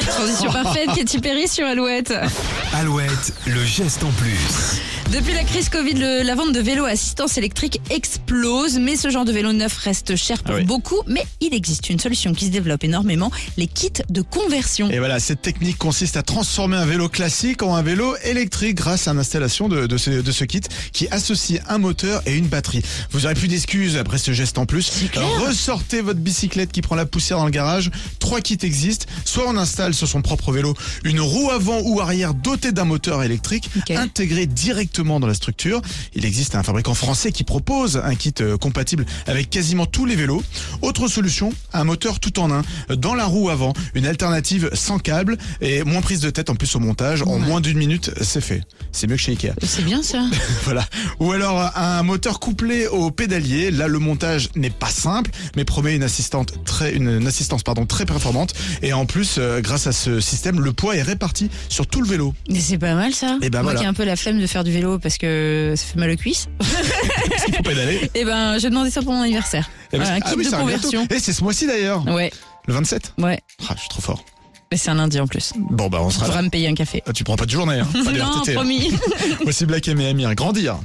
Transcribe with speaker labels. Speaker 1: transition parfaite, Katy Perry sur Alouette.
Speaker 2: Alouette, le geste en plus.
Speaker 1: Depuis la crise Covid, le- la vente de vélos à assistance électrique explose, mais ce genre de vélo neuf reste cher pour
Speaker 3: Ah oui.
Speaker 1: beaucoup. Mais il existe une solution qui se développe énormément, les kits de conversion.
Speaker 3: Et voilà, cette technique consiste à transformer un vélo classique en un vélo électrique grâce à l'installation de, de ce, de ce kit qui associe un moteur et une batterie. Vous aurez plus d'excuses après ce geste en plus. Ressortez votre bicyclette qui prend la poussière dans le garage. Trois kits existent. Soit on installe sur son propre vélo une roue avant ou arrière dotée d'un moteur électrique
Speaker 1: Ok.
Speaker 3: intégré directement dans la structure. Il existe un fabricant français qui propose un kit euh, compatible avec quasiment tous les vélos. Autre solution, un moteur tout en un euh, dans la roue avant, une alternative sans câble et moins prise de tête en plus au montage. En moins d'une minute, c'est fait. C'est mieux que chez Ikea.
Speaker 1: C'est bien ça.
Speaker 3: Voilà. Ou alors euh, un moteur couplé au pédalier. Là, le montage n'est pas simple, mais promet une assistante très, une, une assistance pardon très performante. Et en plus, euh, grâce à ce système, le poids est réparti sur tout le vélo.
Speaker 1: Mais c'est pas mal ça.
Speaker 3: Eh ben,
Speaker 1: Moi
Speaker 3: voilà.
Speaker 1: qui ai un peu la flemme de faire du vélo parce que ça fait mal aux cuisses.
Speaker 3: Faut pédaler.
Speaker 1: Et ben, je demandais ça pour mon anniversaire.
Speaker 3: Eh ben,
Speaker 1: Voilà, un
Speaker 3: ah
Speaker 1: kit
Speaker 3: oui,
Speaker 1: de
Speaker 3: c'est un gâteau.
Speaker 1: conversion.
Speaker 3: Eh, c'est ce mois-ci d'ailleurs.
Speaker 1: Ouais,
Speaker 3: Le 27.
Speaker 1: ouais.
Speaker 3: Ah, je suis trop fort.
Speaker 1: Mais c'est un lundi en plus.
Speaker 3: Bon, bah, on
Speaker 1: Tu
Speaker 3: sera là.
Speaker 1: me payer un café.
Speaker 3: Ah, Tu prends pas de journée, hein. Pas de
Speaker 1: non,
Speaker 3: RTT, là.
Speaker 1: promis.
Speaker 3: Voici Black M et Amir. Grandir.